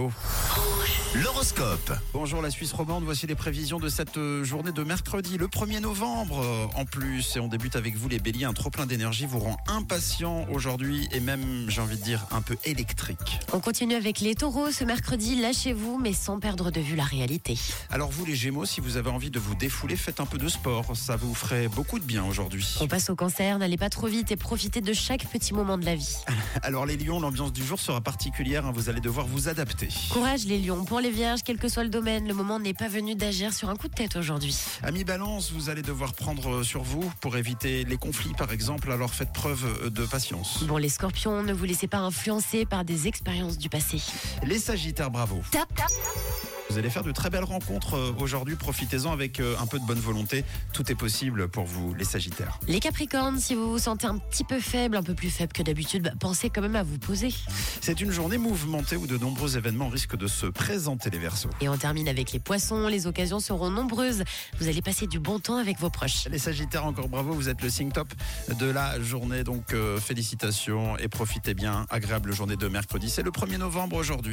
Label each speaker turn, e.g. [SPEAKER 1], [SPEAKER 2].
[SPEAKER 1] Oh.
[SPEAKER 2] L'horoscope.
[SPEAKER 1] Bonjour la Suisse romande, voici les prévisions de cette euh, journée de mercredi, le 1er novembre euh, en plus. Et on débute avec vous les béliers, un trop plein d'énergie vous rend impatient aujourd'hui et même, j'ai envie de dire, un peu électrique.
[SPEAKER 3] On continue avec les taureaux. Ce mercredi, lâchez-vous, mais sans perdre de vue la réalité.
[SPEAKER 1] Alors vous les gémeaux, si vous avez envie de vous défouler, faites un peu de sport, ça vous ferait beaucoup de bien aujourd'hui.
[SPEAKER 3] On passe au cancer, n'allez pas trop vite et profitez de chaque petit moment de la vie.
[SPEAKER 1] Alors les lions, l'ambiance du jour sera particulière, hein, vous allez devoir vous adapter.
[SPEAKER 3] Courage les lions. Pour les vierges, quel que soit le domaine, le moment n'est pas venu d'agir sur un coup de tête aujourd'hui.
[SPEAKER 1] Amis balance, vous allez devoir prendre euh, sur vous pour éviter les conflits par exemple, alors faites preuve euh, de patience.
[SPEAKER 3] Bon, les scorpions, ne vous laissez pas influencer par des expériences du passé.
[SPEAKER 1] Les sagittaires, bravo.
[SPEAKER 3] Tap, tap.
[SPEAKER 1] Vous allez faire de très belles rencontres euh, aujourd'hui. Profitez-en avec euh, un peu de bonne volonté. Tout est possible pour vous, les Sagittaires.
[SPEAKER 3] Les capricornes, si vous vous sentez un petit peu faible, un peu plus faible que d'habitude, bah, pensez quand même à vous poser.
[SPEAKER 1] C'est une journée mouvementée où de nombreux événements risquent de se présenter, les Verseaux.
[SPEAKER 3] Et on termine avec les poissons. Les occasions seront nombreuses. Vous allez passer du bon temps avec vos proches.
[SPEAKER 1] Les Sagittaires, encore bravo, vous êtes le signe top de la journée. Donc, euh, félicitations et profitez bien. Agréable journée de mercredi. C'est le 1er novembre aujourd'hui.